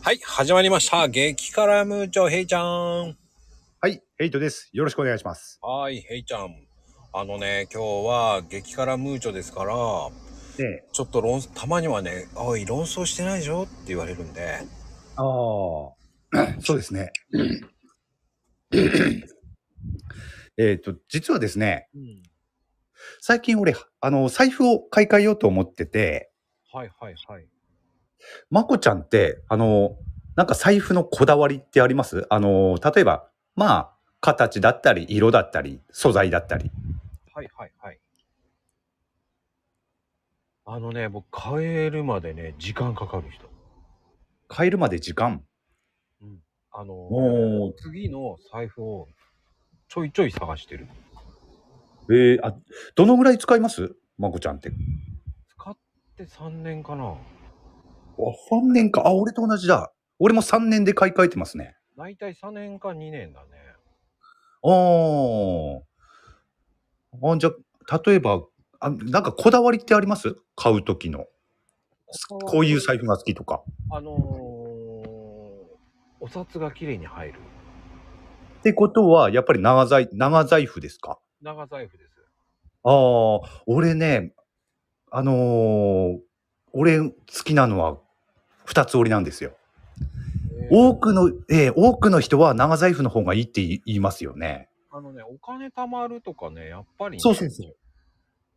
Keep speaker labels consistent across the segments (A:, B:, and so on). A: はい、始まりました。激辛ムーチョ、ヘイちゃん。
B: はい、エイトです。よろしくお願いします。
A: はーい、ヘイちゃん。あのね、今日は激辛ムーチョですから、
B: ねえ。
A: ちょっと論、たまにはね、おい、論争してないでしょって言われるんで、
B: ああ、 そうです ね。えっと、実はですね、
A: うん、
B: 最近俺、あの、財布を買い替えようと思ってて、
A: はいはいはい。
B: まこちゃんって、あの、なんか財布のこだわりってありますあの、例えば、まあ、形だったり、色だったり、素材だったり。
A: はいはいはい。あのね、僕、帰るまでね、時間かかる人。
B: 買えるまで時間。
A: あの、
B: おー
A: 次の財布をちょいちょい探してる。
B: ええあ、どのぐらい使いますまこちゃんって。
A: 使って3年かな。
B: あ、3年か。あ、俺と同じだ。俺も3年で買い替えてますね。
A: 大体3年か2年だね。
B: おーあ。じゃあ、例えば、あなんかこだわりってあります買う時の。こういう財布が好きとか。
A: あのー、お札が綺麗に入る。
B: ってことは、やっぱり長財、長財布ですか
A: 長財布です。
B: ああ、俺ね、あのー俺好きなのは二つ折りなんですよ。多くの、えー多くの人は長財布の方がいいって言い言いますよね。
A: あのね、お金貯まるとかね、やっぱり、ね、
B: そうそうそう。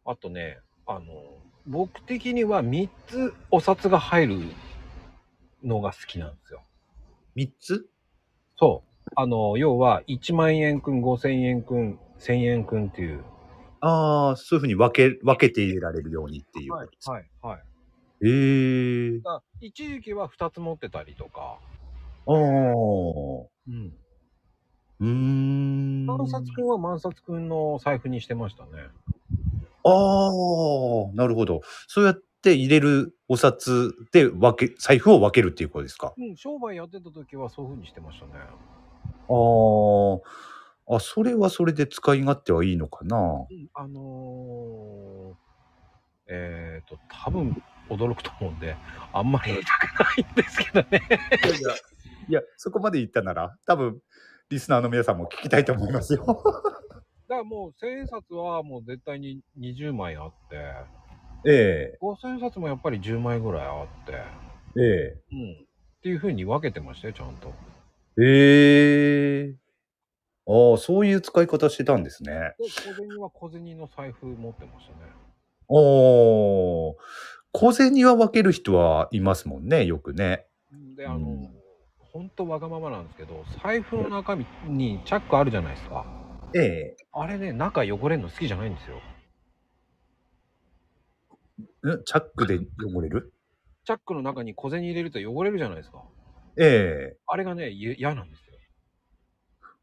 A: あとね、あのー、僕的には3つお札が入るのが好きなんですよ。
B: 三つ
A: そう。あのー、要は1万円くん、5000円くん、1000円くんっていう。
B: ああ、そういうふうに分け、分けて入れられるようにっていうことです。
A: はい、はい。
B: ええー。
A: だから一時期は2つ持ってたりとか。
B: ああ。
A: うん。
B: うーん。
A: 万札くんは万札くんの財布にしてましたね。
B: ああ、なるほど。そうやって入れるお札で分け、財布を分けるっていうことですか。
A: うん、商売やってた時はそういう風にしてましたね。
B: あーあ、それはそれで使い勝手はいいのかな。
A: うん、あのー、えっ、と、多分驚くと思うんで、あんまり言いたくないんですけどね。
B: いやいや、いや、そこまで言ったなら、多分、リスナーの皆さんも聞きたいと思いますよ。
A: だからもう、千円札はもう絶対に20枚あって、
B: ええ
A: 五千円札もやっぱり10枚ぐらいあって、
B: え
A: うん。っていう風に分けてましたよ、ちゃんと。
B: えええああ、そういう使い方してたんですね。
A: で、小銭は小銭の財布持ってましたね。
B: おー小銭は分ける人はいますもんね、よくね。
A: であの、
B: うん
A: ほんとわがままなんですけど財布の中身にチャックあるじゃないですか
B: ええ
A: あれね中汚れるの好きじゃないんですよ
B: んチャックで汚れる
A: チャックの中に小銭入れると汚れるじゃないですか
B: ええ
A: あれがねい嫌なんです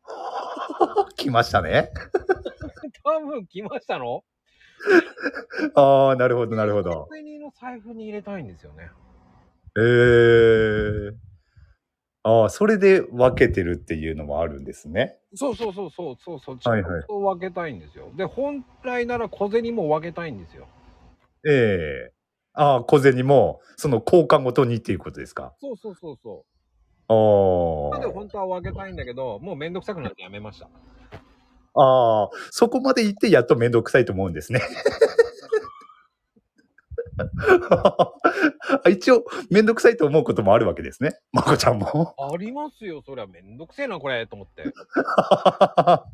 A: よ
B: 来ましたね。
A: 多分来ましたの
B: ああ、なるほど、なるほど。
A: 小銭の財布に入れたいんですよね
B: ええああ、それで分けてるっていうのもあるんですね。
A: そうそうそうそうそうそうちゃ
B: はい
A: ん
B: はい
A: と分けたいんですよ、で本来なら小銭も分けたいんですよ
B: ええああ、小銭も、その交換ごとにっていうことですか。
A: そうそうそうそ
B: あ
A: う
B: あ
A: で。本当は分けたいんだけどもうめんどくさくなってやめました
B: ああ、そこまで行ってやっと面倒くさいと思うんですね。 一応、面倒くさいと思うこともあるわけですね。まこちゃんも。
A: ありますよそりゃめんどくせえなこれと思って
B: あ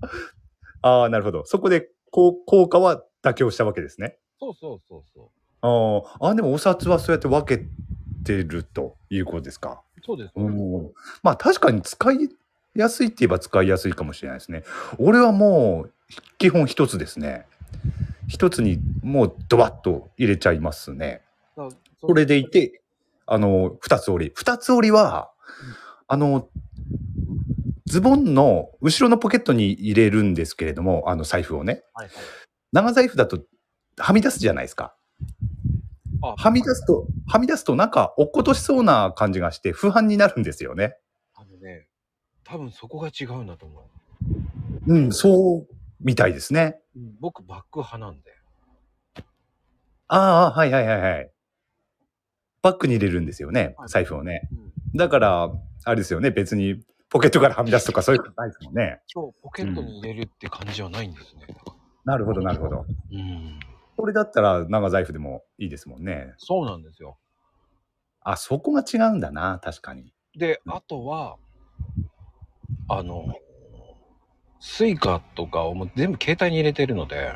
B: あ、なるほど。そこで、こう、効果は妥協したわけですね。
A: そうそうそうそ
B: あーあー、でもお札はそうやって分けてるということですか。
A: う。そうです。
B: うんまあ確かに使いやすいって言えば使いやすいかもしれないですね。俺はもう、基本一つですね。一つにもうドバッと入れちゃいますね。
A: だからそ
B: これでいて、あの、二つ折り。二つ折りは、あの、ズボンの後ろのポケットに入れるんですけれども、あの財布をね。
A: はいはい
B: 長財布だとはみ出すじゃないですか。
A: あ
B: はみ出すと、はみ出すとなんか落っことしそうな感じがして不安になるんですよね。
A: あのね、多分そこが違うんだと思
B: うん、そうみたいですね。
A: う。僕、バック派なんで。
B: ああ、はいはいはいはい。バッグに入れるんですよね
A: は、い
B: 財布をね。
A: うん
B: だから、あれですよね、別にポケットからはみ出すとかそういうことないですもんね。
A: 今日ポケットに入れるって感じはないんですね。
B: なるほど、なるほど。
A: うん。
B: これだったら長財布でもいいですもんね。
A: そうなんですよ。
B: あ、そこが違うんだな、確かに。
A: で、あとは、あの、スイカとかをもう全部携帯に入れてるので、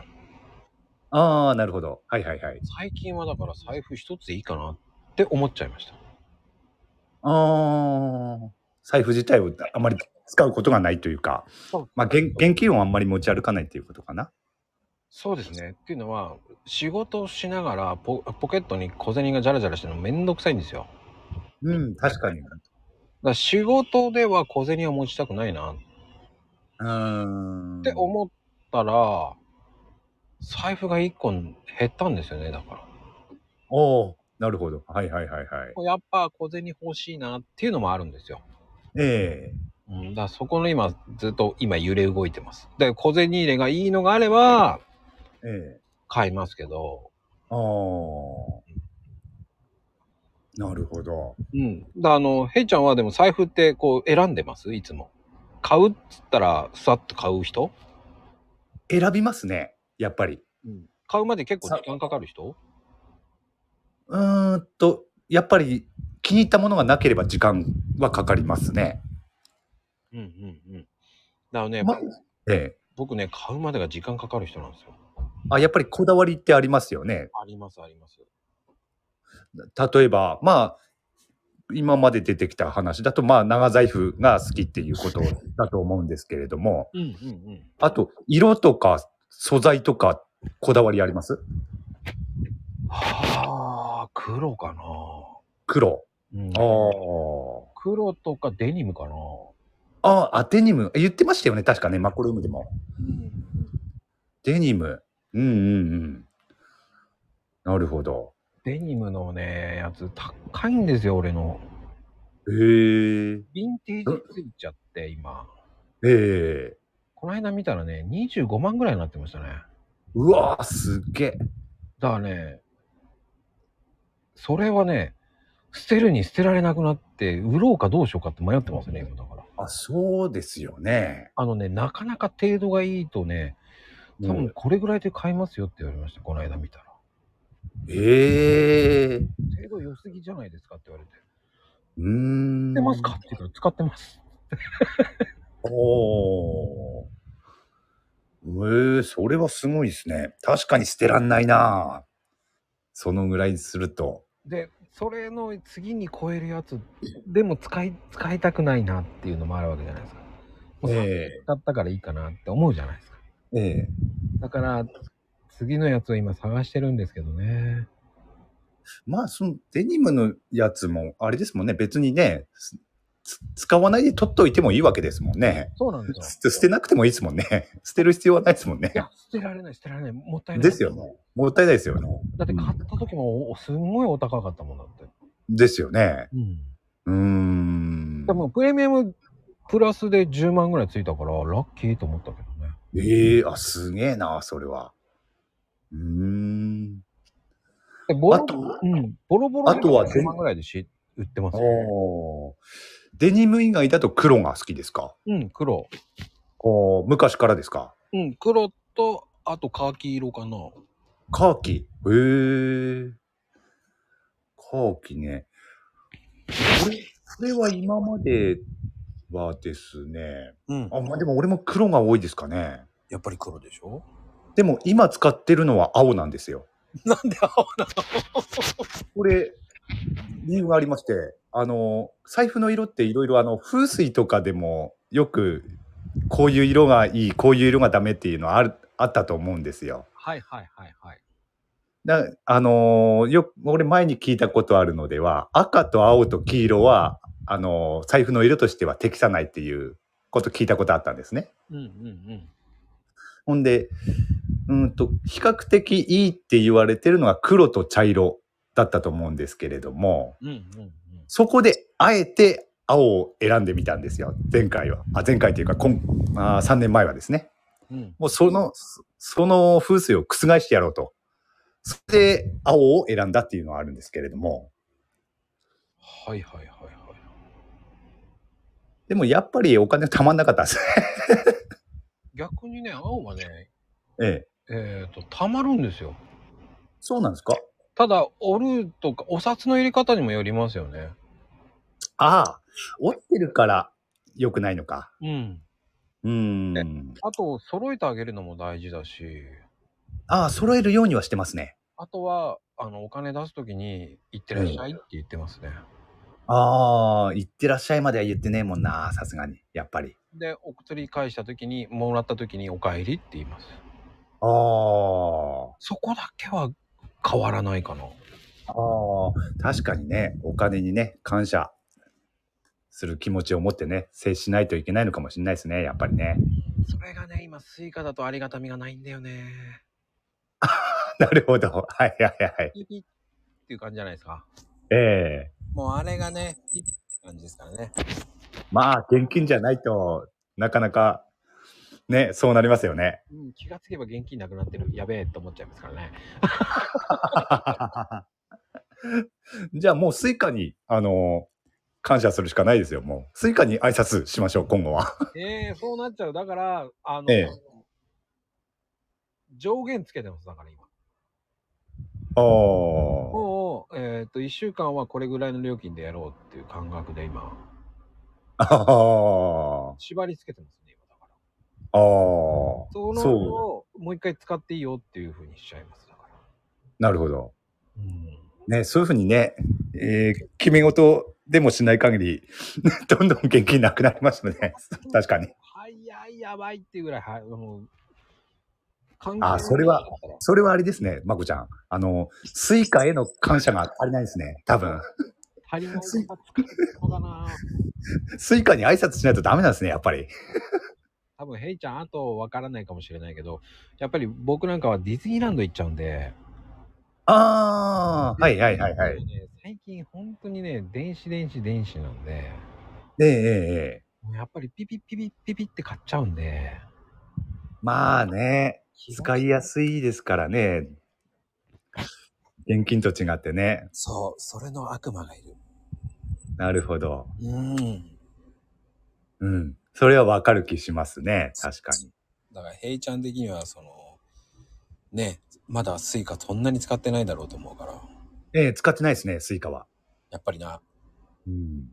B: ああ、なるほど。はいはいはい。
A: 最近はだから財布一つでいいかなって思っちゃいました。
B: ああ、財布自体をあまり使うことがないというか
A: そう、
B: まあ、現現金をあんまり持ち歩かないということかな。
A: そうですね。っていうのは、仕事をしながらポポケットに小銭がジャラジャラしてるのめんどくさいんですよ。
B: うん、確かに。う
A: だから仕事では小銭を持ちたくないなっ
B: ーん。
A: て思ったら、財布が1個減ったんですよね、だか
B: おお、なるほど。はいはいはいはい。
A: ら。やっぱ小銭欲しいなっていうのもあるんですよ。
B: ええ
A: うん、だからそこの今、ずっと今揺れ動いてます。で、小銭入れがいいのがあれば、
B: ええ
A: 買いますけど、
B: ああ。なるほど。
A: うん。だからあの、ヘイちゃんはでも財布ってこう選んでますいつも。買うっつったら、さっと買う人
B: 選びますね、やっぱり。
A: うん。買うまで結構時間かかる人
B: うーんと、やっぱり気に入ったものがなければ時間はかかりますね。
A: うんうんうん。だからね、
B: まええ
A: 僕ね、買うまでが時間かかる人なんですよ。
B: あ、やっぱりこだわりってありますよね。
A: ありますあります。
B: 例えば、まあ、今まで出てきた話だと、まあ、長財布が好きっていうことだと思うんですけれども、
A: うんうんうん。
B: あと、色とか素材とか、こだわりあります
A: はあ、黒かな。
B: 黒。
A: うん
B: あー
A: 黒とかデニムかな。
B: あー。あ、デニム。言ってましたよね。確かね、マコルームでも。デニム。うんうんうん。なるほど。
A: デニムのね、やつ高いんですよ、俺の。
B: へえ。
A: ヴィンテージついちゃって、今。
B: ええ。
A: この間見たらね、25万ぐらいになってましたね。
B: うわー、すっげえ。
A: だからね、それはね、捨てるに捨てられなくなって、売ろうかどうしようかって迷ってますね、今だから。
B: あ、そうですよね。
A: あのね、なかなか程度がいいとね、多分これぐらいで買いますよって言われました、この間見たら。
B: ええ。
A: 程度良すぎじゃないですかって言われて。
B: うーん。
A: 使ってますかって言うから使ってます。
B: おー。ええ、それはすごいですね。確かに捨てらんないなそのぐらいにすると。
A: で、それの次に超えるやつ、でも使い、使いたくないなっていうのもあるわけじゃないですか。もうさ
B: え
A: 使ったからいいかなって思うじゃないですか。
B: え。ええ。
A: だから、次のやつを今探してるんですけどね。
B: まあ、そのデニムのやつも、あれですもんね。別にね、すつ使わないで取っといてもいいわけですもんね。
A: そうなんです
B: 捨
A: よ。
B: て捨てなくてもいいですもんね。 捨てる必要はないですもんね
A: い。や、捨てられない、捨てられない。もったいない。
B: ですよね。もったいないですよね。
A: だって買った時も、おすんごいお高かったもんだって。
B: ですよね。
A: うん。
B: うーん
A: で。も、プレミアムプラスで10万ぐらいついたから、ラッキーと思ったけどね。
B: ええあ、すげえな、それは。うーん。
A: でボロ
B: あと
A: うん、ボロボロ
B: あとは
A: 10万ぐらいでし売ってます、ね。
B: おーデニム以外だと黒が好きですか
A: うん、黒。
B: おー昔からですか
A: うん、黒と、あとカーキ色かな。
B: カーキ。へえー。カーキね。これ、これは今まではですね。
A: うん
B: あ、まあでも俺も黒が多いですかね。
A: やっぱり黒でしょ
B: でも今使ってるのは青なんですよ。
A: なんで青な
B: これ、理由がありまして、あの、財布の色っていろいろあの、風水とかでもよく、こういう色がいい、こういう色がダメっていうのはあるあったと思うんですよ。
A: はいはいはいはい。
B: だあのーよく、俺前に聞いたことあるのでは、赤と青と黄色は、あのー財布の色としては適さないっていうこと聞いたことあったんですね。
A: うんうん
B: ほんで、うんと、比較的いいって言われてるのが黒と茶色だったと思うんですけれども、
A: うん。うんうんうん。
B: そこであえて青を選んでみたんですよ。前回は。あ、前回というか、今、あ3年前はですね。
A: うん、
B: もうその、そその風水を覆してやろうと。それで青を選んだっていうのはあるんですけれども、
A: はいはいはいはい。
B: でもやっぱりお金たまんなかったんです。
A: 逆にね、青はね、
B: ええ。
A: えっ、と、たまるんですよ。
B: そうなんですか
A: ただ、折るとか、お札の入れ方にもよりますよね。
B: ああ、折ってるから良くないのか。
A: うん。
B: うーん。
A: あと、揃えてあげるのも大事だし、
B: ああ、揃えるようにはしてますね。
A: あとは、あの、お金出すときに、行ってらっしゃいって言ってますね。
B: ああ、行ってらっしゃいまでは言ってねえもんな、さすがに。やっぱり。
A: で、お釣り返したときに、もらったときに、お帰りって言います。
B: ああ。
A: そこだけは変わらないかな。
B: ああ、確かにね、お金にね、感謝する気持ちを持ってね、接しないといけないのかもしれないですね、やっぱりね。
A: それがね、今、スイカだとありがたみがないんだよね。
B: なるほど。はいはいはい。
A: ピピっていう感じじゃないですか。
B: ええ
A: もうあれがね、ピピって感じですからね。
B: まあ、現金じゃないとなかなか、ね、そうなりますよね。
A: うん、気がつけば現金なくなってる。やべえと思っちゃいます からね。
B: じゃあもうスイカに、あの感謝するしかないですよ、もう。スイカに挨拶しましょう、今後は。
A: ええそうなっちゃう。だから、あの、
B: ええ
A: 上限つけてます。だから今。
B: おー
A: もう、えっ、と、1週間はこれぐらいの料金でやろうっていう感覚で今、
B: あ
A: 縛りつけてますね、今だから。
B: あ、ああ、
A: その後、もう一回使っていいよっていうふうにしちゃいます。だから。
B: なるほど。
A: うん。
B: ね、そういうふうにね、えー決め事でもしない限り、 どんどん現金なくなりましたね。確かに。
A: はい、やい、やばいっていうぐらい、はい、もう、関
B: あそれは、それはあれですね、まこちゃん。あの、スイカへの感謝が足りないですね。多分。
A: 足りないのが作るそうだな。
B: スイカに挨拶しないとダメなんですね、やっぱり。
A: 多分、ヘイちゃん、あとわからないかもしれないけど、やっぱり僕なんかはディズニーランド行っちゃうんで、
B: ああ、はいはいはいは
A: も
B: い。
A: うね最近本当にね、電子電子電子なんで、
B: ええええええ
A: もうやっぱりピピピピピピって買っちゃうんで、
B: まあね、使いやすいですからね。現金と違ってね。
A: そう、それの悪魔がいる。
B: なるほど。
A: うん。
B: うん。それはわかる気しますね。確かに。
A: だから、ヘイちゃん的には、その、ね、まだスイカそんなに使ってないだろうと思うから、
B: ええ使ってないですね、スイカは。
A: やっぱりな、
B: うん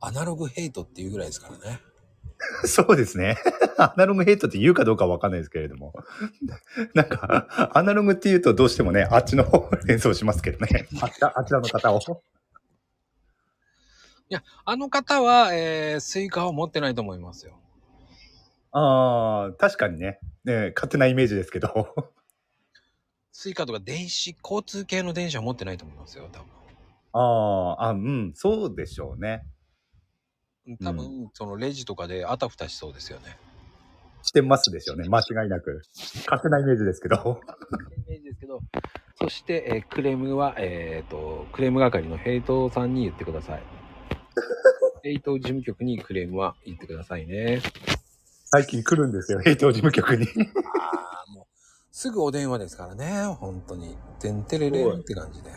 A: アナログヘイトっていうぐらいですからね。
B: そうですね。アナログヘイトって言うかどうかわかんないですけれども。 なんか、アナログって言うとどうしてもね、あっちの方を連想しますけどね。 あっちらあちらの方を。
A: あの方は、えー、スイカを持ってないと思いますよ。
B: ああ、確かにねね。勝手なイメージですけど。
A: スイカとか電子、交通系の電車は持ってないと思いますよ、多分。
B: ああ、あ、うん、そうでしょうね。
A: 多分、そのレジとかであたふたしそうですよね。
B: してますでしょうね。間違いなく。勝手なイメージですけ ど。
A: イメージですけど。そして、えークレームは、えっ、と、クレーム係のヘイトさんに言ってくだ さい。ヘイト事務局にクレームは言ってくださいね。
B: 最近来るんですよ。ヘイト事務局に。
A: ああ、もう、すぐお電話ですからね、本当に。てんてれれんって感じで。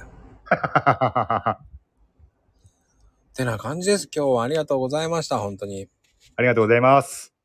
B: あ
A: てな感じです。今日はありがとうございました、本当に。
B: りがとうございます。